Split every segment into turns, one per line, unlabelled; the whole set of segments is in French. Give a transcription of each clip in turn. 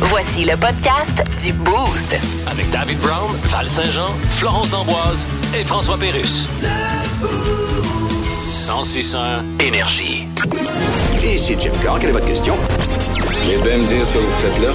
Voici le podcast du Boost.
Avec David Brown, Val Saint-Jean, Florence D'Amboise et François Pérus. 1061 énergie.
Ici Jim Carr, quelle est votre question?
Eh bien me dire ce que vous faites là.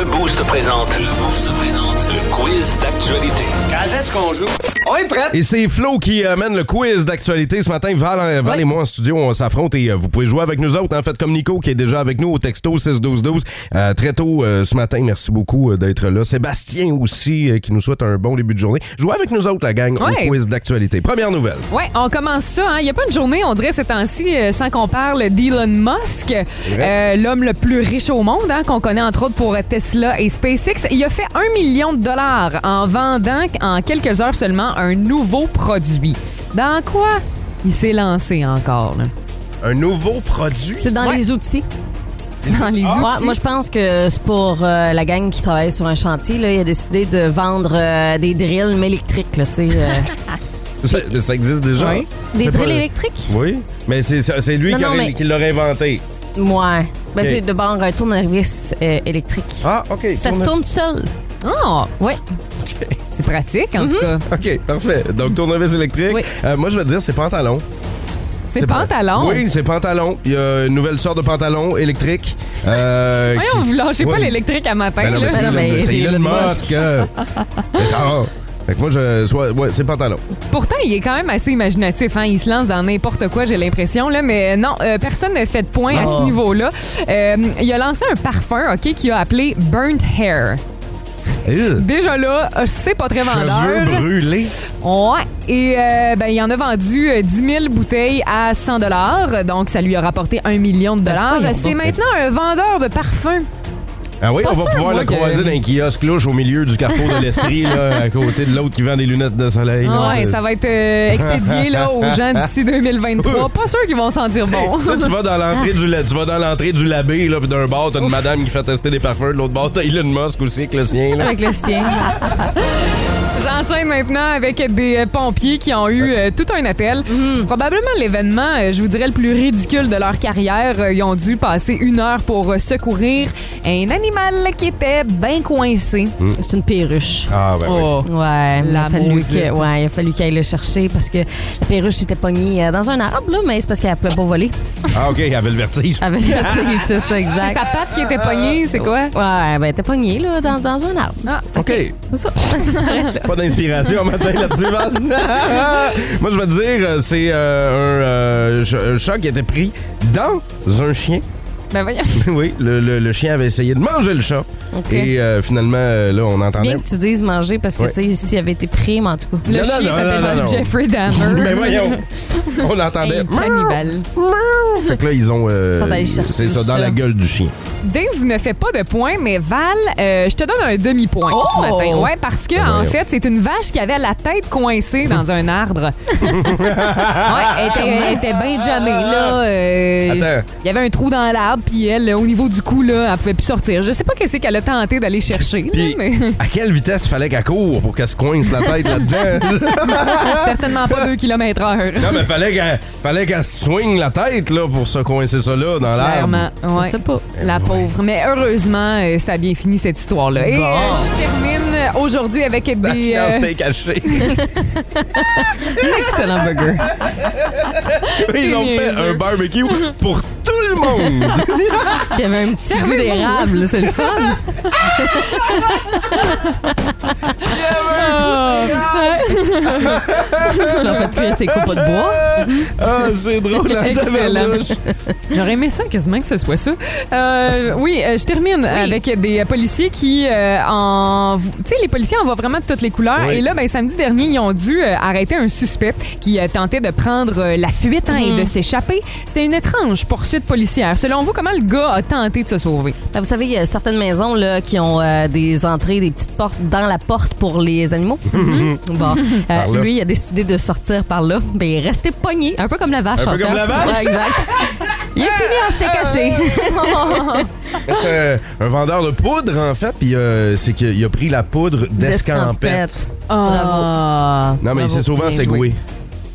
Le boost présente. Le boost présente le quiz d'actualité.
Quand est-ce qu'on joue? On est prêt!
Et c'est Flo qui amène le quiz d'actualité ce matin. Val, euh, Val et moi en studio, on s'affronte et euh, vous pouvez jouer avec nous autres. En fait, comme Nico qui est déjà avec nous au texto 6-12-12 euh, très tôt euh, ce matin. Merci beaucoup euh, d'être là. Sébastien aussi euh, qui nous souhaite un bon début de journée. Jouez avec nous autres, la gang,
Ouais.
au quiz d'actualité. Première nouvelle.
Ouais, on commence ça. hein. Il n'y a pas une journée, on dirait ces temps-ci, euh, sans qu'on parle d'Elon Musk, euh,
vrai.
l'homme le plus riche au monde, hein, qu'on connaît entre autres pour euh, Tesla et SpaceX. Il a fait un million de dollars en vendant en quelques heures seulement un nouveau produit. Dans quoi il s'est lancé encore? là?
Un nouveau produit.
C'est dans
Ouais.
les outils.
Dans
Ah!
les outils.
Ouais, moi, je pense que c'est pour euh, la gang qui travaille sur un chantier. Là, il a décidé de vendre euh, des drills, mais électriques. Là, tu sais, euh,
Ça, ça existe déjà.
Oui.
des
C'est pas-
drills électriques?
Oui, mais c'est ça- c'est lui
Non,
qui,
non,
aurait-
mais-
qui l'aurait inventé.
Ouais. Ben,
Ok.
C'est de bord un tournevis euh, électrique.
Ah, OK.
Ça se
tourne-
tourne tout seul.
Ah,
Ouais.
c'est pratique
Mm-hmm.
en tout cas.
OK, parfait. Donc, tournevis électrique.
Oui.
Euh, moi, je vais te dire, c'est pantalon.
C'est pantalon.
Oui, c'est pantalon. Il y a une nouvelle sorte de pantalon électrique. Euh,
Voyons,
qui-
vous lâchez
Oui.
pas Ah, l'électrique à matin.
Ben non, mais
là.
c'est
Ben non, mais
Elon- c'est
c'est
Elon
Elon
Musk. euh. Ben, ça va. Fait que moi, je, soit, ouais, c'est pantalon.
Pourtant, il est quand même assez imaginatif. Hein? Il se lance dans n'importe quoi, j'ai l'impression. Là, mais non, euh, personne ne fait de point à
Ah.
ce niveau-là. Euh, il a lancé un parfum, OK, qu'il a appelé Burnt Hair. Déjà là, euh, c'est pas très
Cheveux
vendeur.
brûlés.
Ouais. Et euh, ben, il en a vendu euh, 10 000 bouteilles à 100 Donc, ça lui a rapporté 1 million de dollars.
voyons
C'est
donc.
maintenant un vendeur de parfums.
Ah oui,
Pas
on va
sûr,
pouvoir
moi,
le
que-
croiser dans un kiosque louche au milieu du carrefour de l'Estrie, là, à côté de l'autre qui vend des lunettes de soleil. là.
Ah ouais,
C'est-
ça va être euh, expédié là, aux gens d'ici 2023. Pas sûr qu'ils vont sentir bon.
Tu sais, tu vas dans l'entrée du la- tu vas dans l'entrée du labé là puis d'un bar t'as une madame qui fait tester des parfums de l'autre bar t'as Elon Musk aussi avec le sien là.
Avec le sien.
J'enchaîne maintenant avec des euh, pompiers qui ont eu euh, tout un appel.
Mhm.
Probablement l'événement, euh, je vous dirais, le plus ridicule de leur carrière. Euh, Ils ont dû passer une heure pour euh, secourir un animal qui était bien coincé.
C'est une perruche.
Hmm. Ah ouais. ouais.
Oh.
Ouais, il
La
a fallu
maudite.
que- ouais, il a fallu qu'elle aille le chercher parce que la perruche était pognée euh, dans un arbre, là, mais c'est parce qu'elle pouvait pas voler.
Ah ok, elle avait le vertige.
Avec le tigre, c'est ça,
C'est
exact.
sa patte qui était pognée, c'est quoi?
Ouais, ben, elle était pognée, là, dans, dans un arbre.
Ah,
OK.
C'est ça. ça s'arrête là.
Pas d'inspiration matin là-dessus, Val. Moi, je vais te dire, euh, c'est euh, un, euh, ch- un chat qui était pris dans un chien.
ben voyons.
oui, le, le- le chien avait essayé de manger le chat.
OK.
Et euh, finalement, euh, là, on entendait.
Bien que tu dises manger parce que,
Ouais.
tu sais, s'il avait été pris, mais en tout cas.
Le
Non, non,
chien
non, non, non,
s'appelle
non.
Jeffrey Dahmer.
Mais voyons, on entendait.
Un cannibale.
Fait que là, ils ont. euh,
Ils sont allés chercher
c'est
le
ça, dans
chat.
la gueule du chien.
Dave ne fait pas de points, mais Val, euh, je te donne un demi-point ce
Oh!
matin. Ouais, parce que en
voyons.
fait, c'est une vache qui avait la tête coincée dans un arbre. ouais, elle était, elle était bien jamais là. euh,
Attends.
Il y avait un trou dans l'arbre, puis elle, au niveau du cou, là, elle pouvait plus sortir. Je sais pas qu'est-ce qu'elle a tenté d'aller chercher, là,
Puis,
mais
à quelle vitesse fallait qu'elle court pour qu'elle se coince la tête là-dedans?
certainement pas 2 km heure.
non, mais fallait qu'elle fallait qu'elle swing la tête là, pour se coincer ça là dans l'arbre.
Clairement, ah, ouais.
Je sais pas.
La pauvre. Mais heureusement, euh, ça a bien fini cette histoire-là. Et euh, je termine aujourd'hui avec
La
des...
finance
euh,
était cachée.
Excellent burger.
Ils ont fait
niaiseux.
un barbecue pour tout le monde.
Il y avait un petit goût
Servez-vous.
d'érable, c'est le fun.
en fait cuire ses copas de bois.
Ah, c'est drôle, la
Excellent.
tabarnouche.
J'aurais aimé ça quasiment que ce soit ça. Euh, oui, euh, je termine avec des euh, policiers qui euh, en tu sais les policiers en voient vraiment de toutes les couleurs
Oui.
et là ben samedi dernier, ils ont dû euh, arrêter un suspect qui euh, tentait de prendre euh, la fuite hein,
Hmm.
et de s'échapper. C'était une étrange poursuite policière. Selon vous, comment le gars a tenté de se sauver
Ben, vous savez, il y a certaines maisons là, qui ont euh, des entrées, des petites portes dans la porte pour les animaux. Bon, euh,
Mhm. Par là.
lui, il a décidé de sortir par là. Ben, il est resté pogné, un peu comme la vache.
Un peu comme
en fait.
la vache? Euh,
Ouais, exact. Il a fini en s'était caché.
C'est un, un vendeur de poudre, en fait, puis euh, c'est qu'il a pris la poudre d'escampette.
Ah.
Ah,
Bravo.
Non, mais il s'est sauvé en
Bien joué.
Segway.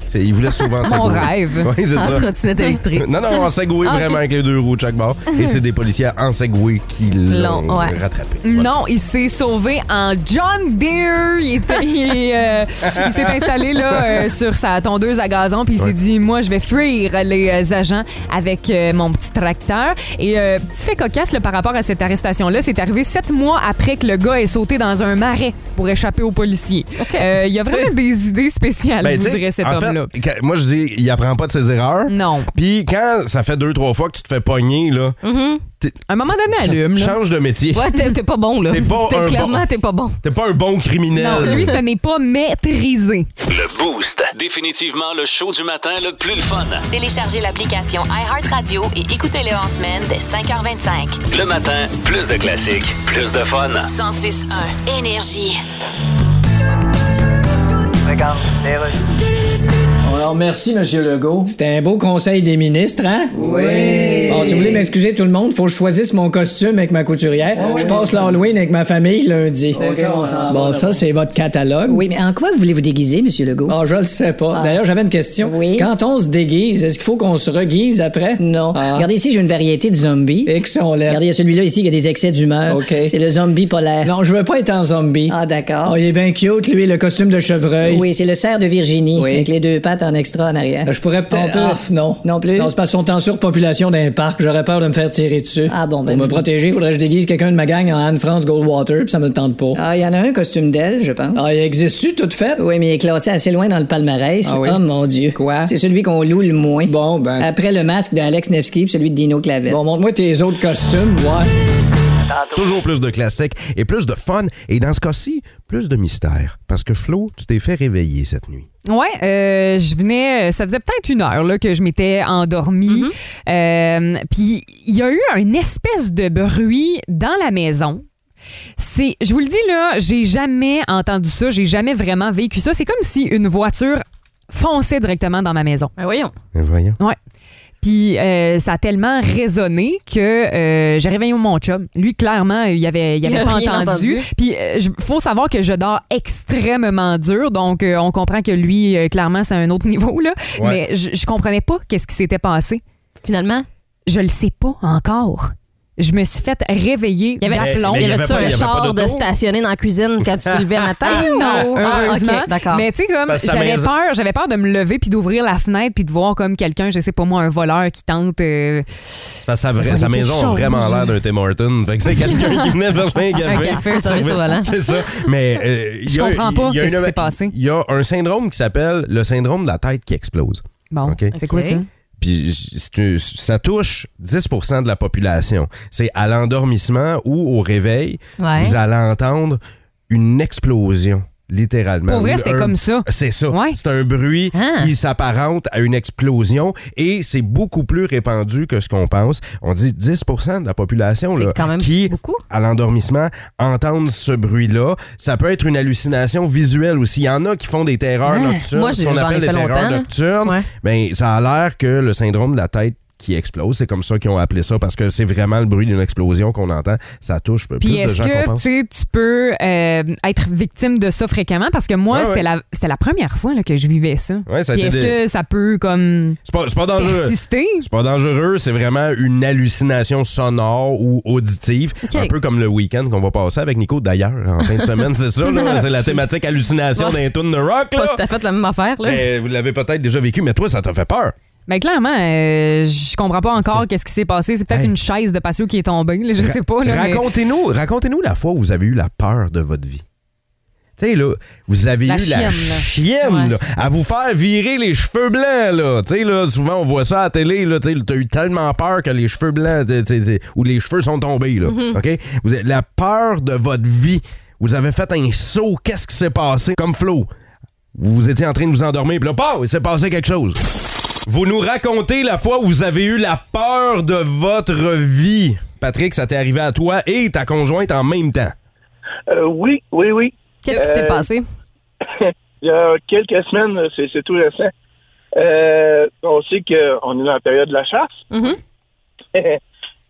C'est- Il voulait se sauver en
Mon
Segway.
rêve.
Oui, c'est
En
ça.
trottinette électrique.
Non, non, en Segway,
Ah, ok.
vraiment, avec les deux roues de chaque bord. Et c'est des policiers en Segway qui l'ont
L'ont, ouais.
rattrapé. Voilà.
Non, il s'est sauvé en John Deere. Il, était- il, euh, il s'est installé là, euh, sur sa tondeuse à gazon, puis il
Ouais.
s'est dit Moi, je vais fuir les euh, agents avec euh, mon petit tracteur. Et euh, petit fait cocasse là, par rapport à cette arrestation-là, c'est arrivé sept mois après que le gars ait sauté dans un marais pour échapper aux policiers. Euh, il y a vraiment des idées spéciales,
Ben,
vous
tu sais,
direz, cet
en fait,
homme-là.
quand- moi, je dis, il apprend pas de ses erreurs.
Non.
Puis quand ça fait deux, trois fois que tu te fais pogner, là,
À un moment donné, allume. là.
change de métier.
Ouais, t'es t'es pas bon, là.
T'es pas un
clairement,
bon.
t'es pas bon.
T'es pas un bon criminel.
Non, lui, ce n'est pas maîtrisé.
Le Boost. Définitivement le show du matin le plus le fun.
Téléchargez l'application iHeartRadio et écoutez-le en semaine dès 5h25.
Le matin, plus de classiques, plus de fun.
106.1 Énergie.
Alors, merci, Monsieur Legault. C'était un beau conseil des ministres, hein? Oui. Bon, si vous voulez m'excuser, tout le monde, faut que je choisisse mon costume avec ma couturière. je passe l'Halloween avec ma famille lundi. bon, Ah ça, c'est votre catalogue.
Oui, mais en quoi voulez-vous déguiser, Monsieur Legault?
Ah, je le sais pas. D'ailleurs, j'avais une question.
Oui.
Quand on se déguise, est-ce qu'il faut qu'on se reguise après?
Non.
Ah.
Regardez ici, j'ai une variété de zombies.
Et que sont là.
Regardez, il y a celui-là ici qui a des excès d'humeur.
OK.
C'est le zombie polaire.
Non, je veux pas être en zombie.
Ah, d'accord.
Oh, il est bien cute, lui, le costume de chevreuil.
Oui, c'est le cerf de Virginie,
Oui.
avec les deux pattes en extra en arrière.
Je pourrais peut-être.
Euh,
Ah, non.
non plus?
Non, c'est parce qu'on est en surpopulation d'un parc. J'aurais peur de me faire tirer dessus.
Ah bon, ben,
Pour me
je-
protéger, faudrait que je déguise quelqu'un de ma gang en Anne-France Goldwater, puis ça me le tente pas.
Ah, il y en a un costume d'elle, je pense.
Ah, il existe-tu, toute faite?
Oui, mais il est classé assez loin dans le palmarès.
Ah oui?
Oh mon Dieu.
Quoi?
C'est celui qu'on loue le moins.
Bon, ben.
Après le masque d'Alex Nevsky et celui de Dino Clavel.
Bon, montre-moi tes autres costumes, voir.
Toujours plus de classiques et plus de fun. Et dans ce cas-ci, plus de mystère. Parce que Flo, tu t'es fait réveiller cette nuit.
Ouais, euh, je venais, ça faisait peut-être une heure là, que je m'étais endormie.
Mm-hmm.
Euh, Puis il y a eu une espèce de bruit dans la maison. C'est, je vous le dis là, j'ai jamais entendu ça, j'ai jamais vraiment vécu ça. C'est comme si une voiture fonçait directement dans ma maison.
Ben voyons.
Mais Hein, Voyons.
Puis euh, ça a tellement résonné que euh, j'ai réveillé mon chum. Lui, clairement, il avait, il avait
Il a
pas
rien
entendu.
entendu.
Puis euh, je- faut savoir que je dors extrêmement dur, donc euh, on comprend que lui, euh, clairement, c'est à un autre niveau là.
Ouais.
Mais je, je comprenais pas qu'est-ce qui s'était passé.
Finalement,
Je le sais pas encore. Je me suis fait réveiller
il y avait,
d'aplomb.
mais il y
il y avait
avait pas- il
un
y avait pas
char de
d'auto?
stationné dans la cuisine quand tu te levais le matin?
Non,
ou- Ah,
heureusement.
ok, d'accord.
Mais tu sais comme
parce que sa
j'avais
maison-
peur, j'avais peur de me lever puis d'ouvrir la fenêtre puis de voir comme quelqu'un, je sais pas moi, un voleur qui tente euh,
C'est parce que sa, vraie-
Voyez
sa
quelque
maison a
chose.
vraiment l'air d'un Tim Horton. Fait que c'est quelqu'un qui venait de chercher un café.
Un café,
Il
un service
servait-
au volant.
C'est ça. Mais euh, il y
Je
a-
comprends pas
il y a
qu'est-ce
une-
qui s'est passé.
Il y a un syndrome qui s'appelle le syndrome de la tête qui explose.
Bon,
Ok.
c'est quoi
Ok.
ça?
Puis c'est un- ça touche 10 de la population. C'est à l'endormissement ou au réveil,
Ouais.
vous allez entendre une explosion, littéralement.
Pour vrai, c'était
Un-
comme ça.
C'est ça.
Ouais. Hein?
C'est un bruit
Ah.
qui s'apparente à une explosion et c'est beaucoup plus répandu que ce qu'on pense. On dit 10 de la population
C'est
Oh, là,
quand même
qui,
beaucoup.
à l'endormissement, entendent ce bruit-là. Ça peut être une hallucination visuelle aussi. Il y en a qui font des terreurs nocturnes,
Moi, j'ai-
ce qu'on
j'en ai
appelle des
fait longtemps,
terreurs
là.
nocturnes.
Ouais.
Ben, ça a l'air que le syndrome de la tête qui explose, c'est comme ça qu'ils ont appelé ça parce que c'est vraiment le bruit d'une explosion qu'on entend. Ça touche plus
Puis
de
est-ce
gens qu'on
que tu,
pense.
sais, tu peux euh, être victime de ça fréquemment? Parce que moi,
Ah ouais.
c'était, la, c'était la première fois là, que je vivais ça.
Ouais, ça a
Puis
été
est-ce
des- Ah,
que ça peut comme
C'est pas, c'est pas dangereux.
persister?
C'est pas dangereux, c'est vraiment une hallucination sonore ou auditive.
Ok.
Un peu comme le week-end qu'on va passer avec Nico d'ailleurs en fin de semaine, c'est ça. là, C'est la thématique hallucination d'un tune de rock.
Pas
Là.
tout à fait la même affaire, là.
Mais vous l'avez peut-être déjà vécu, mais toi, ça t'a fait peur.
Mais Ben, clairement, euh, je comprends pas encore qu'est-ce qui s'est passé. C'est peut-être
Hey.
une chaise de patio qui est tombée. là, je sais pas. là, mais-
Racontez-nous, racontez-nous la fois où vous avez eu la peur de votre vie. Tu sais, là, vous avez
La
eu la
chienne, là.
chienne, là, à vous faire virer les cheveux blancs, là. Tu sais, là, souvent, on voit ça à la télé, là. Tu sais, t'as eu tellement peur que les cheveux blancs, tu sais, tu sais, ou les cheveux sont tombés, là. OK? Vous avez la peur de votre vie. Vous avez fait un saut. Qu'est-ce qui s'est passé? Comme Flo. Vous étiez en train de vous endormir, puis là, pow, il s'est passé quelque chose. Vous nous racontez la fois où vous avez eu la peur de votre vie. Patrick, ça t'est arrivé à toi et ta conjointe en même temps.
Euh, oui, oui, oui.
Qu'est-ce qui
Euh,
s'est passé?
Il y a quelques semaines, c'est, c'est tout récent. Euh, on sait qu'on est dans la période de la chasse.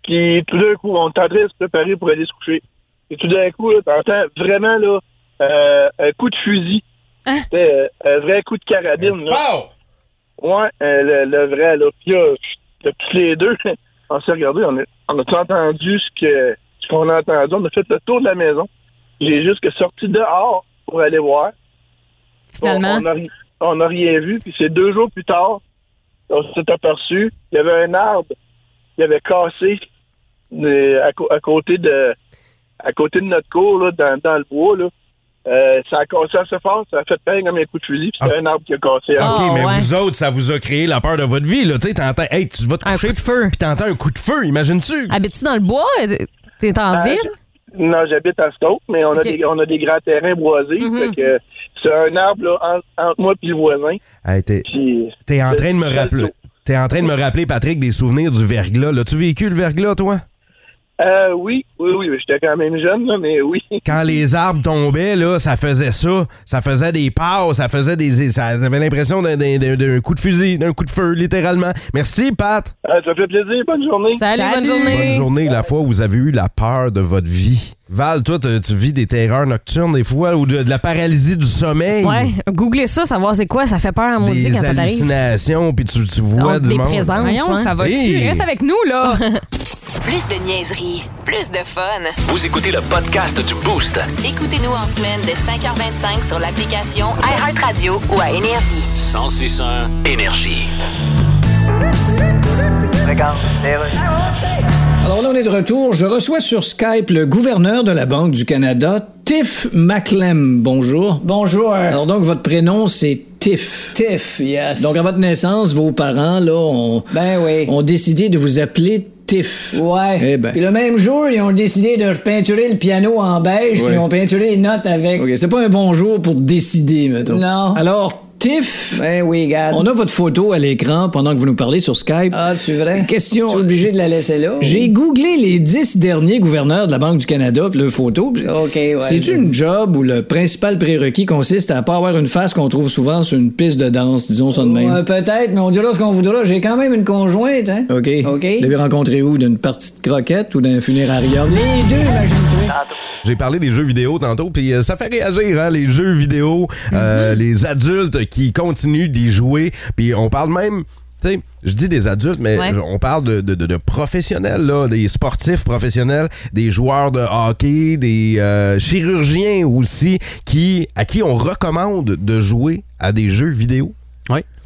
Puis tout d'un coup, on est en train de se préparer pour aller se coucher. Et tout d'un coup, là, t'entends vraiment là, euh, un coup de fusil. C'était euh, un vrai coup de carabine. Là. Ouais, euh, le, le vrai, là. Puis là, là, tous les deux, on s'est regardés, on a, on a tout entendu ce que ce qu'on a entendu. On a fait le tour de la maison. J'ai juste sorti dehors pour aller voir.
Finalement.
On n'a ri- on n'a rien vu. Puis c'est deux jours plus tard, on s'est aperçu qu'il y avait un arbre qui avait cassé euh, à, co- à côté de à côté de notre cour, là, dans, dans le bois. Là. Euh, ça a cassé assez fort, ça a fait peine comme un coup de fusil, puis c'est un arbre qui a cassé.
OK,
Ah,
mais
ouais.
vous autres, ça vous a créé la peur de votre vie. Là. Tu sais, t'entends, hey, tu vas te coucher. Un coup de feu. Puis t'entends un coup de feu, imagines-tu?
Habites-tu dans le bois? T'es en
Euh,
Ah,
ville?
Non, j'habite à Stoke, mais on,
Ok.
a des, on a des grands terrains boisés.
Mhm.
fait que c'est un arbre là, entre, entre moi et le voisin.
Hey, t'es,
Puis,
t'es en train de me rappeler. T'es en train de me rappeler, Patrick, des souvenirs du verglas. L'as-tu vécu le verglas, toi?
euh, oui, oui, oui, mais j'étais quand même jeune, là, mais oui.
Quand les arbres tombaient, là, ça faisait ça. Ça faisait des passes, ça faisait des. Ça avait l'impression d'un, d'un- d'un- d'un coup de fusil, d'un coup de feu, littéralement. Merci, Pat.
Euh, ça fait plaisir, bonne journée.
Salut, bonne
Bonne
journée.
journée, la fois où vous avez eu la peur de votre vie. Val, toi, tu tu vis des terreurs nocturnes des fois ou de, de la paralysie du sommeil.
Ouais. Googlez ça, savoir c'est quoi. Ça fait peur à maudit
des
quand ça t'arrive.
hallucinations, puis tu, tu vois
On te
du
les
monde.
présente.
Voyons,
hein.
ça va-tu?
Hey.
Reste avec nous, là.
Plus de niaiserie, plus de fun.
Vous écoutez le podcast du Boost.
Écoutez-nous en semaine de 5h25 sur l'application iHeartRadio ou à Énergie.
1061 Énergie.
Alors là, on est de retour. Je reçois sur Skype le gouverneur de la Banque du Canada, Tiff McLem. Bonjour. Bonjour. Alors donc, votre prénom, c'est Tiff. Tiff, yes. Donc, à votre naissance, vos parents, là, ont, ben oui. ont décidé de vous appeler Tiff. Ouais. Eh ben.
Puis le même jour, ils ont décidé de peinturer le piano en beige,
Ouais.
puis ils ont peinturé les notes avec.
OK, c'est pas un bon jour pour décider, mettons.
Non.
Alors, Tiff,
Ben oui, garde.
on a votre photo à l'écran pendant que vous nous parlez sur Skype.
Ah, c'est vrai?
Question-
Tu es obligé de la laisser là?
J'ai googlé les dix derniers gouverneurs de la Banque du Canada, puis le photo. puis-
OK, ouais.
C'est une job où le principal prérequis consiste à pas avoir une face qu'on trouve souvent sur une piste de danse, disons ça de même.
Ouais, peut-être, mais on dira ce qu'on voudra. J'ai quand même une conjointe, hein?
OK.
OK.
Vous l'avez rencontré où? D'une partie de croquette ou d'un funérarium?
Les deux, imagine-toi.
J'ai parlé des jeux vidéo tantôt, puis euh, ça fait réagir, hein, les jeux vidéo, euh, les adultes qui continuent d'y jouer, puis on parle même, tu sais, je dis des adultes, mais
Ouais.
on parle de, de- de- de professionnels, là, des sportifs professionnels, des joueurs de hockey, des euh, chirurgiens aussi, qui, à qui on recommande de jouer à des jeux vidéo.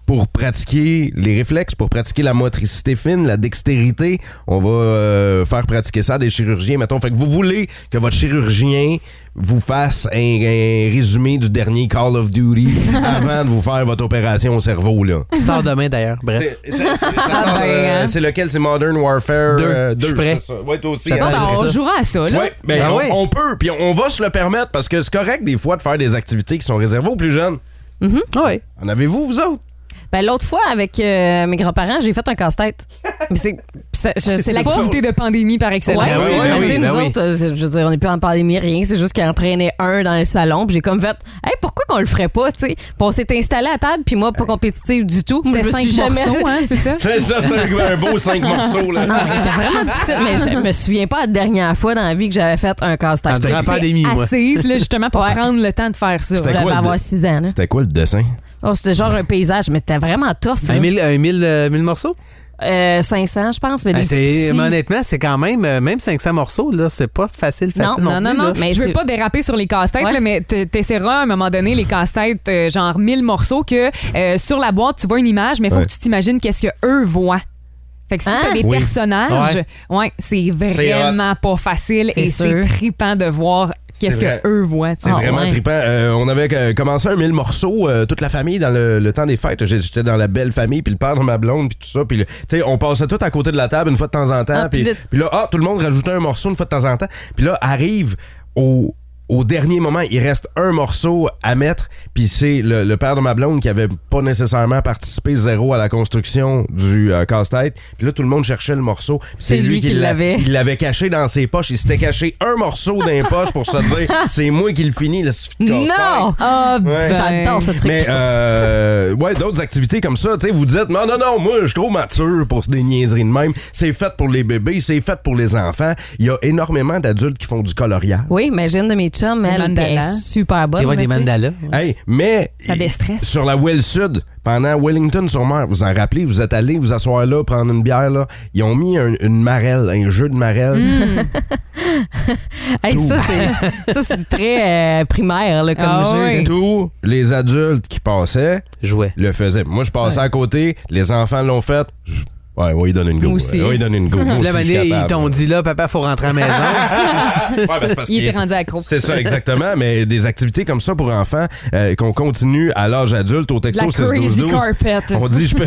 Pour pratiquer les réflexes, pour pratiquer la motricité fine, la dextérité, on va euh, faire pratiquer ça à des chirurgiens, mettons. Fait que vous voulez que votre chirurgien vous fasse un, un résumé du dernier Call of Duty avant de vous faire votre opération au cerveau, là.
Sort demain d'ailleurs. Bref.
C'est- c'est- c'est- ça sort, euh, c'est lequel? C'est Modern Warfare
Deux.
2.
Je suis prêt.
Ouais, toi aussi.
J'attends
hein,
de
c'est
voir
ça.
ben, on jouera à ça, là.
Ouais, ben,
Ah
on,
ouais.
on peut, puis on va se le permettre parce que c'est correct des fois de faire des activités qui sont réservées aux plus jeunes.
Ouais.
En avez-vous, vous autres?
Ben, l'autre fois, avec euh, mes grands-parents, j'ai fait un casse-tête. Mais c'est, c'est, je sais
C'est
pas.
l'activité de pandémie par
Ouais,
excellence.
c'est-
oui, ben
tu sais,
oui,
nous
ben oui.
autres, euh, c'est- je veux dire, on n'est plus en pandémie, rien. C'est juste qu'il en traînait un dans le salon. Puis j'ai comme fait, hey, pourquoi qu'on le ferait pas, tu sais? Puis on s'est installé à table, puis moi, pas compétitive du tout. Moi, je me
C'était
suis
cinq
jamais.
morceaux, hein, c'est ça?
C'est ça, c'est un, un beau cinq morceaux. Là.
C'était vraiment difficile, mais je me souviens pas la dernière fois dans la vie que j'avais fait un casse-tête.
En durant Ah, la pandémie, moi.
Assise, là, justement, pour prendre le temps de faire ça.
C'était
Je
quoi
devais
le-
avoir 6 ans. là.
C'était quoi le dessin?
Oh, c'était genre un paysage, mais c'était vraiment tough.
Un
là.
mille, un mille, euh, mille morceaux?
Euh, 500, je pense. Mais
Ah,
des
c'est,
petits-
mais honnêtement, c'est quand même, euh, même 500 morceaux, là, c'est pas facile,
Non,
facile.
Non, non,
plus,
non.
là.
Mais
je veux
c'est-
pas déraper sur les casse-têtes,
Ouais.
là, mais t- t'essaieras à un moment donné les casse-têtes, euh, genre 1000 morceaux, que euh, sur la boîte, tu vois une image, mais faut
Ouais.
que tu t'imagines qu'est-ce que eux voient. Fait que si
Hein?
t'as des
Oui.
personnages, ouais, c'est
C'est
vraiment pas facile
C'est
et
sûr.
c'est trippant de voir qu'est-ce
C'est vrai.
que eux voient. tu sais.
Ah,
Ah,
C'est vraiment trippant. Euh, on avait euh, commencé un mille morceaux, euh, toute la famille, dans le, le temps des fêtes. J'ai- J'étais dans la belle famille, puis le père de ma blonde, puis tout ça. Puis, le- tu sais, on passait tout à côté de la table une fois de temps en temps.
Ah,
puis,
puis le-
puis là, ah, tout le monde rajoutait un morceau une fois de temps en temps. Puis là, arrive au. Au dernier moment, il reste un morceau à mettre, puis c'est le, le père de ma blonde qui avait pas nécessairement participé zéro à la construction du euh, casse-tête. Puis là, tout le monde cherchait le morceau. Puis
C'est lui qui
l'a-
l'avait.
Il l'avait caché dans ses poches. Il s'était caché un morceau dans les poches pour se dire c'est moi qui le finis, le suffit de casse-tête.
Ah,
Ouais.
ben.
Mais euh, ouais, d'autres activités comme ça, tu sais, vous dites non non non, moi je suis trop mature pour des niaiseries de même. C'est fait pour les bébés, c'est fait pour les enfants. Il y a énormément d'adultes qui font du coloriage.
Oui, mais j'ai une de mes chums, elle était
mandalas.
super bonne. mais tu sais,
Hey, mais
Ça déstresse.
sur la Well Sud, pendant Wellington-sur-Mer, vous en rappelez, vous êtes allés vous asseoir là, prendre une bière là. Ils ont mis un- une marelle, un jeu de marelle.
Mm. Hey, ça, c'est- ça, c'est très euh, primaire là, comme jeu. là.
Tous les adultes qui passaient jouaient. Le faisaient. Moi, je passais à côté, les enfants l'ont fait. Ouais, on va y donner une go.
Moi aussi.
Ouais, on va y donner une go. Moi
La
aussi, je suis
manière, ils
capable.
t'ont dit là, papa, faut rentrer à la maison.
Ouais, ben, c'est parce
Il
qu'il-
était rendu accro.
C'est ça, exactement. Mais des activités comme ça pour enfants euh, qu'on continue à l'âge adulte au texto
La
16
crazy
12 12.
carpet.
On dit, je peux.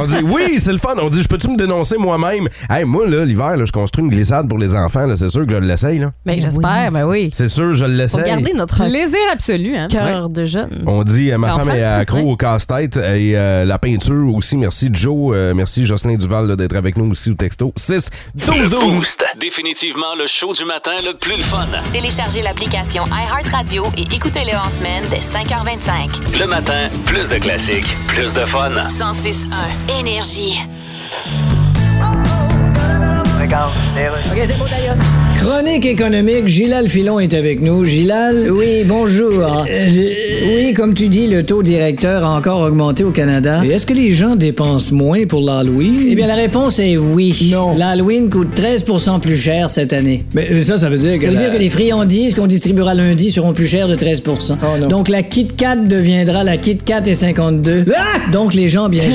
on dit, oui, c'est le fun. On dit, je peux-tu me dénoncer moi-même? Hey, moi, là, l'hiver, là, je construis une glissade pour les enfants. là. C'est sûr que je l'essaye. là.
Mais j'espère, ben oui.
C'est sûr, je
Pour
l'essaye.
garder notre
plaisir absolu, hein?
cœur de jeune.
On dit, euh, ma
D'enfant.
femme est accro
Ouais.
au casse-tête et euh, la peinture aussi. Merci Joe, Euh, merci Jocelyn Duval là, d'être avec nous aussi au texto. 6 12
Le
12
Boost. Définitivement le show du matin le plus le fun.
Téléchargez l'application iHeartRadio et écoutez-le en semaine dès 5h25.
Le matin, plus de classiques, plus de fun.
106.1 Énergie.
Chronique économique, Gilal Filon est avec nous. Gilal. Oui, bonjour. oui, comme tu dis, le taux directeur a encore augmenté au Canada. Et Est-ce que les gens dépensent moins pour l'Halloween? Eh bien, la réponse est oui. Non. L'Halloween coûte 13 plus cher cette année.
Mais ça, ça veut dire que.
Ça veut
la-
dire que les friandises qu'on distribuera lundi seront plus chères de 13 Donc la Kit Kat deviendra la Kit Kat et 52. Donc les gens, bien sûr.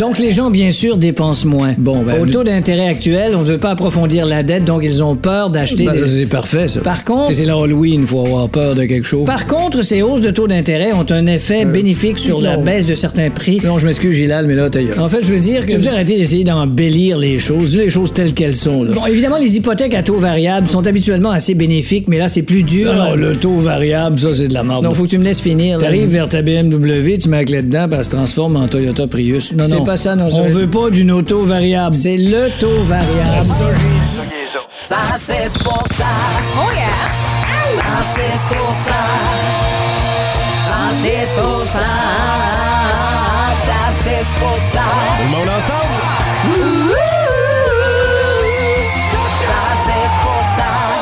Donc les gens, bien sûr, dépensent moins. Bon,
ben,
Au taux d'intérêt actuel, on ne veut pas approfondir la dette, donc ils ont peur d'acheter
Ben,
des...
C'est parfait, ça.
Par contre-
Tu sais, C'est l'Halloween, il faut avoir peur de quelque chose. Euh,
Par contre, ces hausses de taux d'intérêt ont un effet bénéfique sur la
non.
baisse de certains prix.
Non, je m'excuse, Gilal, mais là, t'as
En fait, je veux dire que...
Tu veux
arrêter d'essayer d'embellir les choses, les choses telles qu'elles sont. Bon, évidemment, les hypothèques à taux variable sont habituellement assez bénéfiques, mais là, c'est plus dur.
Non, non, le
taux variable, ça, c'est de la merde. Non, faut que tu me laisses finir.
T'arrives vers
ta BMW, tu mets la clé dedans,
puis elle se transforme en Toyota Prius.
Non, non.
C'est pas ça, non.
On veut pas d'une auto variable. C'est le taux
Ah,
variable.
Ça, c'est pour ça. Oh yeah! Ça, c'est pour ça. Ça, c'est pour ça. Ça, c'est pour ça.
Tout le monde ensemble?
Ouh, ouh, ouh. Ça, c'est pour ça.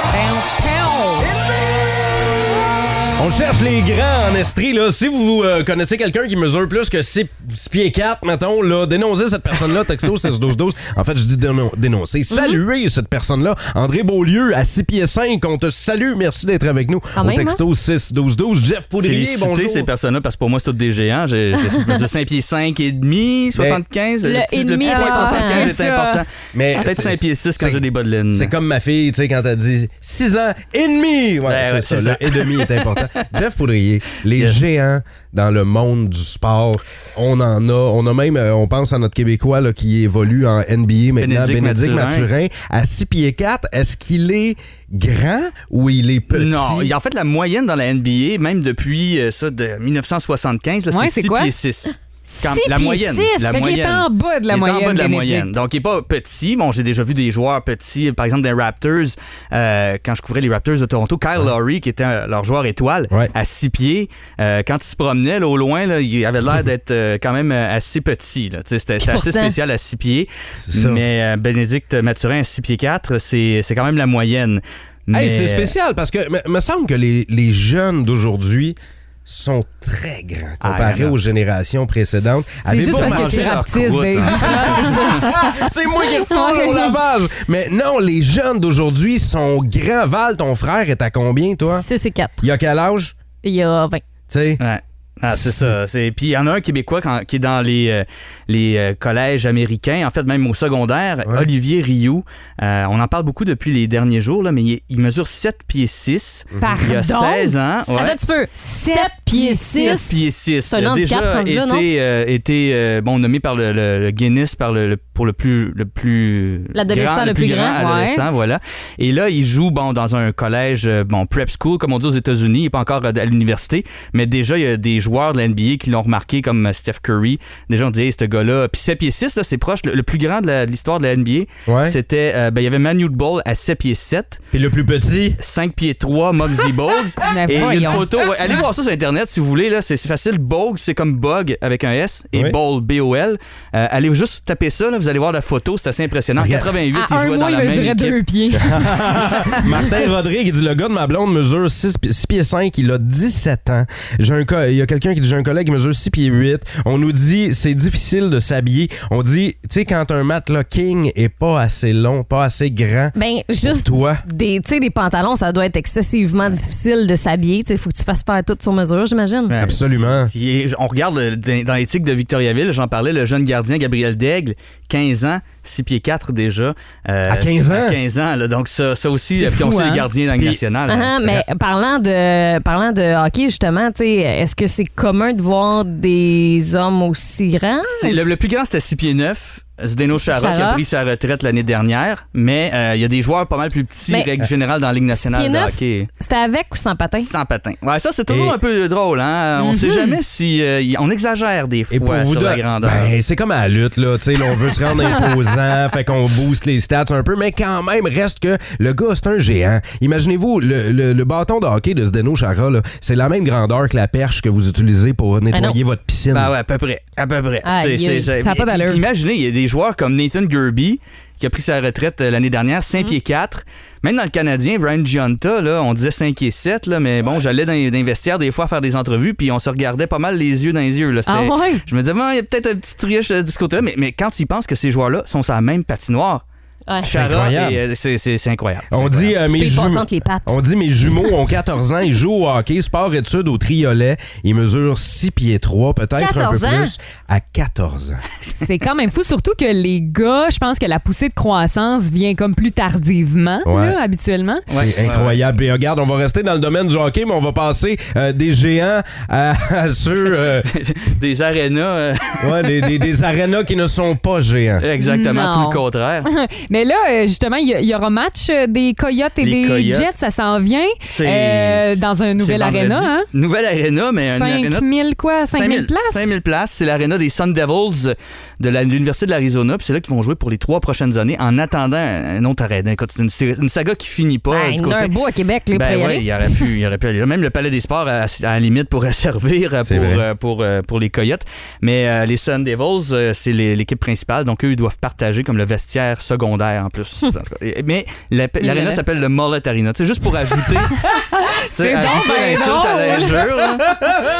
On cherche les grands en estrie, là. Si vous euh, connaissez quelqu'un qui mesure plus que 6, pieds 4, mettons, là, dénoncez cette personne-là, texto 16 12 12 En fait, je dis dénon- dénoncer.
Mhm.
Saluez cette personne-là. André Beaulieu, à 6 pieds 5, on te salue. Merci d'être avec nous.
Quand
Au
même, hein?
texto 6 12 12 Jeff Poudrier,
Féliciter
bonjour.
ces personnes-là parce que pour moi, c'est tous des géants. J'ai j'ai- mesure 5 pieds 5 et demi, 75.
Le
petit-
et demi
petit
est
point
important.
75
C'est
était
ça.
important.
Mais
peut-être
c'est-
5 pieds 6 quand
c'est-
j'ai des bas de laine.
C'est comme ma fille, tu sais, quand elle dit 6 ans et demi. Ouais,
Ben Ouais, ouais,
c'est
c'est
ça.
ça.
Le et demi est important. Jeff Poudrier, les géants dans le monde du sport, on en a. On a même, euh, on pense à notre Québécois là, qui évolue en NBA maintenant,
Bénédicte
Bénédicte Mathurin.
Mathurin.
à 6 pieds 4. Est-ce qu'il est grand ou il est petit?
Non, et en fait, la moyenne dans la NBA, même depuis euh, ça, de 1975, là,
Ouais, c'est
c'est 6
quoi?
pieds 6.
Six
la
pieds
moyenne.
six!
La
Fait qu'il est
moyenne.
en bas de la
Il est en
moyenne,
bas de la
Bénédicte.
moyenne. Donc, il n'est pas petit. Bon, j'ai déjà vu des joueurs petits. Par exemple, des Raptors, euh, quand je couvrais les Raptors de Toronto, Kyle Lowry, qui était euh, leur joueur étoile, à six pieds, euh, quand il se promenait là, au loin, là, il avait l'air d'être euh, quand même euh, assez petit. là. Tu sais, C'était c'était assez
pourtant-
spécial à six pieds.
ça.
Mais euh, Bénédicte Mathurin à 6 pieds 4, c'est c'est quand même la moyenne.
Hey,
Mais-
c'est spécial parce que me- me semble que les, les jeunes d'aujourd'hui sont très grands
Ah, il
comparés
y en a.
aux générations précédentes.
C'est juste
Avez-vous
parce que
remarqué
t'es
leur
rapetiste,
croûte,
Dave.
Ah,
hein? C'est moi qui le fous au lavage. Mais non, les jeunes d'aujourd'hui sont grands. Val, ton frère est à combien, toi?
6 et 4.
Il a quel âge?
Il y a 20.
Tu sais?
Ah, c'est ça. C'est- Puis il y en a un Québécois quand- qui est dans les, euh, les euh, collèges américains, en fait, même au secondaire, Olivier Rioux. Euh, on en parle beaucoup depuis les derniers jours, là, mais il, est- il mesure 7 pieds 6.
Pardon?
Il a 16 ans. ouais.
Attends un petit peu. 7 pieds 6.
7 pieds 6.
C'est un
Il a
handicap
déjà
rendu là, non?
été, euh, été, euh, bon, nommé par le, le- le Guinness par le, le- pour le plus le plus
L'adolescent
grand-
le plus grand, ouais.
adolescent, voilà. Et là, il joue bon dans un collège euh, bon prep school comme on dit aux États-Unis, il n'est pas encore euh, à l'université, mais déjà il y a des joueurs de la NBA qui l'ont remarqué comme euh, Steph Curry. Déjà on dit hey, ce gars-là, puis 7 pieds 6 là, c'est proche le, le plus grand de la- de l'histoire de la NBA. C'était euh, ben il y avait Manu Ball à 7 pieds 7.
Puis le plus petit
5 pieds 3 Muggsy Bogues.
Mais
Et il y a une
voyons.
photo, ouais, allez voir ça sur internet si vous voulez là, c'est c'est facile Bogues, c'est comme Bug avec un S et
Oui.
Ball B O L. Euh, allez juste taper ça là, vous allez voir la photo, c'est assez impressionnant. En 88,
à
il
un
jouait dans
mois,
la
il
même
mesurait
équipe. Ah,
deux pieds.
Martin Rodrigue, il dit Le gars de ma blonde mesure 6, pieds 5, il a 17 ans. J'ai un co- il y a quelqu'un qui dit J'ai un collègue qui mesure 6 pieds 8. On nous dit C'est difficile de s'habiller. On dit Tu sais, quand un matlocking est pas assez long, pas assez grand.
Ben,
pour
juste
Toi.
des, tu sais, des pantalons, ça doit être excessivement difficile de s'habiller. Il faut que tu fasses faire tout sur mesure, j'imagine.
Absolument.
on regarde le- dans dans l'éthique de Victoriaville, j'en parlais, le jeune gardien Gabriel Daigle, 15 ans, 6 pieds 4 déjà. Euh,
À 15 ans?
À 15 ans, là, donc ça, ça aussi,
C'est
euh, puis on
fou,
sait
hein?
les gardiens dans la Ligue
Puis-
nationale. hein.
Ah, ah, mais parlant de, parlant de hockey, justement, tu sais, est-ce que c'est commun de voir des hommes aussi
Ah,
grands?
C'est- le, le plus grand, c'était 6 pieds 9. Zdeno Chara qui a
Chara.
pris sa retraite l'année dernière, mais euh, il y a des joueurs pas mal plus petits,
Mais-
règle générale, dans la Ligue
Six
nationale
pieds
de
neuf,
hockey.
C'était avec ou sans patin?
Sans patin. Ouais, ça, c'est toujours
Et-
un peu drôle. Hein? On
Mhm.
sait jamais si. euh, y- on exagère des fois
Et pour vous
sur la
donner-
grandeur.
ben, c'est comme à la lutte, là. Tu sais, là, on veut se rendre imposant, fait qu'on booste les stats un peu, mais quand même, reste que le gars, c'est un géant. Imaginez-vous, le, le- le bâton de hockey de Zdeno Chara, là, c'est la même grandeur que la perche que vous utilisez
Ah
pour nettoyer votre piscine.
Bah
Ben ouais, à peu près. À peu près.
Aïe, aïe. Ça a pas
Puis- puis Imaginez, il y a des joueurs comme Nathan Gerby qui a pris sa retraite euh, l'année dernière, 5
Mm.
pieds 4. Même dans le Canadien, Brian Giunta, là, on disait 5 pieds 7, là, mais bon, j'allais dans, les- dans les vestiaires des fois faire des entrevues, puis on se regardait pas mal les yeux dans les yeux. Là. C'était-
Ah ouais?
Je me disais, bon, il y a peut-être un petit triche euh, de ce côté-là, mais, mais quand tu y penses que ces joueurs-là sont sur la même patinoire,
Ouais. C'est
Chara
incroyable.
et, euh, c'est c'est- c'est incroyable.
On dit, euh,
Tu
mes
peux y passer
jume-
entre les pattes.
on dit mes jumeaux ont 14 ans, ils jouent au hockey, sport études au triolet. Ils mesurent 6 pieds 3, peut-être un peu
14 ans?
plus, à 14 ans.
C'est quand même fou, surtout que les gars, je pense que la poussée de croissance vient comme plus tardivement,
Ouais.
là, habituellement.
C'est incroyable. Et regarde, on va rester dans le domaine du hockey, mais on va passer euh, des géants à, à ceux. euh,
Des arénas. euh,
ouais, des, des- des arénas qui ne sont pas géants.
Exactement,
Non.
tout le contraire.
Mais là, euh, justement, il y, il y aura match euh, des Coyotes et
Les
des
Coyotes.
Jets, ça s'en vient
C'est-
euh, dans un nouvel
C'est vendredi.
aréna. Hein?
Nouvelle aréna, mais un aréna
5000 quoi? 5000 places?
5000 places. C'est l'aréna des Sun Devils de la- de l'Université de l'Arizona. Puis c'est là qu'ils vont jouer pour les trois prochaines années en attendant un autre aréna. Écoute, c'est une, c'est une saga qui finit pas.
Ah,
du
il y en
côté.
a un beau à Québec, les
Ben
pour y
ouais,
aller.
il aurait pu, il aurait pu aller là. Même le Palais des Sports à, à la limite pourrait servir euh, pour, euh, pour, euh, pour les Coyotes. Mais euh, les Sun Devils, euh, c'est les- l'équipe principale, donc eux, ils doivent partager comme le vestiaire secondaire en plus. En tout cas, et- Mais la-
Il
l'aréna
l'avait.
s'appelle le Mullet Arena. C'est juste pour ajouter,
C'est
ajouter
donc bien
insulte à
drôle.
l'injure. là.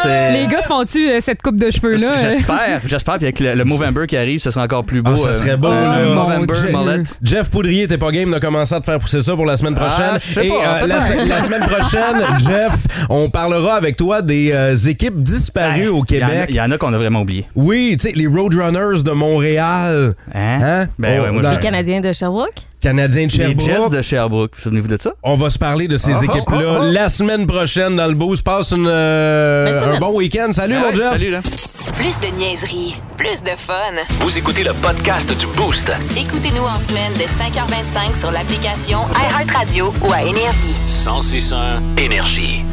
C'est-
Les gars se font-tu euh, cette coupe de cheveux-là? euh?
J'espère, j'espère. Puis avec le, le Movember qui arrive, ce sera encore plus beau.
Ah, ça serait beau, là.
le
Mon
Movember,
Dieu.
Mullet.
Jeff Poudrier, t'es pas game de commencer à te faire pousser ça pour la semaine
Ah,
prochaine.
je sais
Et
pas,
euh, la,
peut-être.
se- la semaine prochaine, Jeff, on parlera avec toi des euh, équipes disparues au
Il Ben, y en a-
Québec.
Il y en a qu'on a vraiment oublié.
Oui, tu sais, les Roadrunners de Montréal.
Hein? Ben ouais, moi,
dans-
Les Canadiens de Sherbrooke?
Canadiens de
Les
Sherbrooke.
Jets de Sherbrooke, souvenez-vous de ça?
On va se parler de ces
Oh, oh,
équipes-là
oh, oh.
la semaine prochaine dans le Boost. Passe une, euh,
Bonne
un
semaine.
bon week-end. Salut,
Ah
mon
ouais,
Jeff.
salut, Plus de niaiserie, plus de fun.
Vous écoutez le podcast du Boost.
Écoutez-nous en semaine de 5h25 sur l'application iHeartRadio ou à Énergie.
1061 Énergie.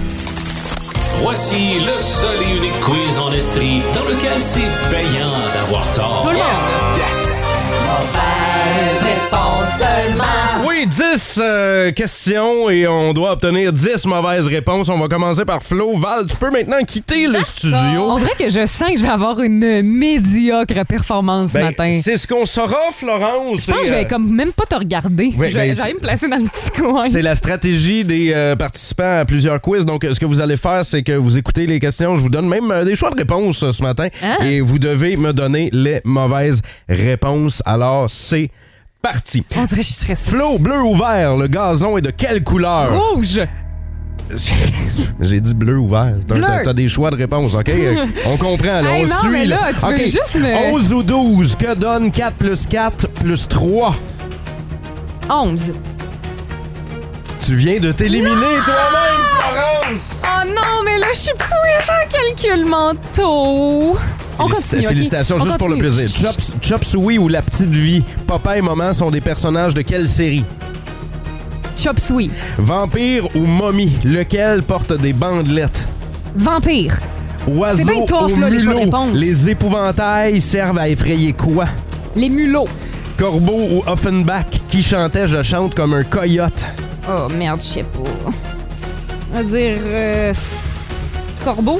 Voici le seul et unique quiz en estrie dans lequel c'est payant d'avoir tort.
Tout le monde. Mauvaise réponse seulement.
Oui, 10 euh, questions et on doit obtenir 10 mauvaises réponses. On va commencer par Flo. Val, tu peux maintenant quitter le studio.
On dirait que je sens que je vais avoir une médiocre performance
Ben,
ce matin.
c'est ce qu'on saura, Florence.
Je pense que
Et,
je vais
euh,
comme même pas te regarder.
Ouais,
je vais
ben,
je vais
tu-
aller me placer dans le petit coin.
C'est la stratégie des euh, participants à plusieurs quiz. Donc, euh, ce que vous allez faire, c'est que vous écoutez les questions. Je vous donne même euh, des choix de réponses euh, ce matin.
Ah.
Hein?
Et vous devez me donner les mauvaises réponses. Alors, c'est parti.
On dirait que je suis stressée.
Flo, bleu ou vert, le gazon est de quelle couleur?
Rouge!
J'ai dit bleu ou vert. T'as-
Bleu.
T'as t'as des choix de réponse, OK? Euh, on comprend, là,
Hey,
on
non,
suit.
mais là, tu veux
OK.
juste me-
11 ou 12, que donne 4 plus 4 plus 3?
11.
Tu viens de t'éliminer, toi-même!
Florence! Oh non, mais là, je suis pourrie en calcul mentaux. On
Félici-
continue, ok?
Félicitations,
On
juste pour le
continue.
plaisir. Chops, Chops Oui ou La Petite Vie, Papa et Maman sont des personnages de quelle série?
Chop Suey.
Vampire ou momie, lequel porte des bandelettes?
Vampire.
Oiseau
C'est bien tough,
ou
là, les choix de
mulot,
réponse.
les épouvantails servent à effrayer quoi?
Les mulots.
Corbeau ou Offenbach, qui chantait Je chante comme un coyote?
Oh merde, je sais pas. On va dire. euh, corbeau.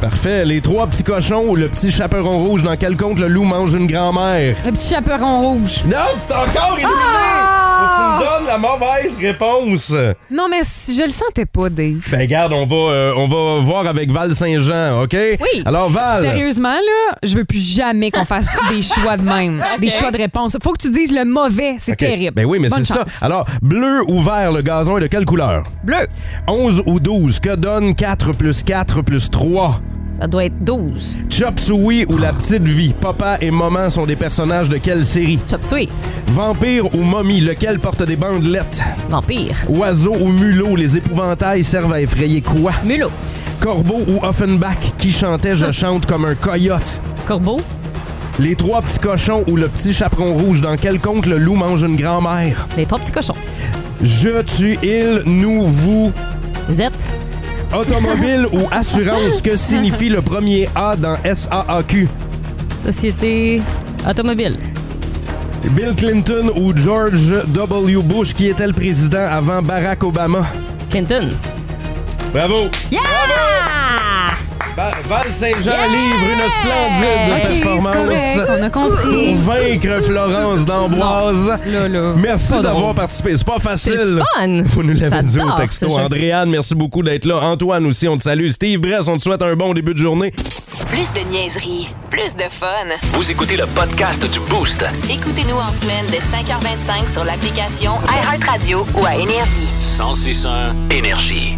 Parfait. Les trois petits cochons ou le petit chaperon rouge, dans quel conte le loup mange une grand-mère?
Le petit chaperon rouge.
Non, c'est encore éliminé!
Ah!
Tu me donnes la mauvaise réponse!
Non, mais si- je le sentais pas, Dave.
Ben garde, on va, euh, on va voir avec Val Saint-Jean, OK?
Oui.
Alors Val,
Sérieusement, là, je veux plus jamais qu'on fasse des choix de même. Des choix de réponse. Faut que tu dises le mauvais. C'est
OK.
terrible.
Ben oui, mais
Bonne
c'est ça.
chance.
Alors, bleu ou vert, le gazon est de quelle couleur?
Bleu.
11 ou 12, que donne 4 plus 4 plus 3?
Ça doit être 12.
Chop Suey ou La Petite Vie, papa et maman sont des personnages de quelle série?
Chop Suey.
Vampire ou momie, lequel porte des bandelettes?
Vampire.
Oiseau ou mulot, les épouvantails servent à effrayer quoi?
Mulot.
Corbeau ou Offenbach, qui chantait Je chante comme un coyote?
Corbeau.
Les trois petits cochons ou le petit chaperon rouge, dans quel conte le loup mange une grand-mère?
Les trois petits cochons.
Je, tu, il, nous, vous.
Zette.
Automobile ou assurance, que signifie le premier A dans SAAQ?
Société automobile.
Bill Clinton ou George W. Bush, qui était le président avant Barack Obama?
Clinton.
Bravo!
Yeah!
Ba- Val Saint-Jean livre une splendide
Ok, c'est correct, on a
performance
compris.
pour vaincre Florence d'Amboise.
c'est
Merci
pas
d'avoir
drôle.
participé. C'est pas facile.
C'est le fun.
Vous nous l'avez dit au
J'adore
texto.
ce jeu.
Andréane, merci beaucoup d'être là. Antoine aussi, on te salue. Steve Bress, on te souhaite un bon début de journée.
Plus de niaiserie, plus de fun.
Vous écoutez le podcast du Boost.
Écoutez-nous en semaine de 5h25 sur l'application iHeartRadio ou à Énergie.
1061 Énergie.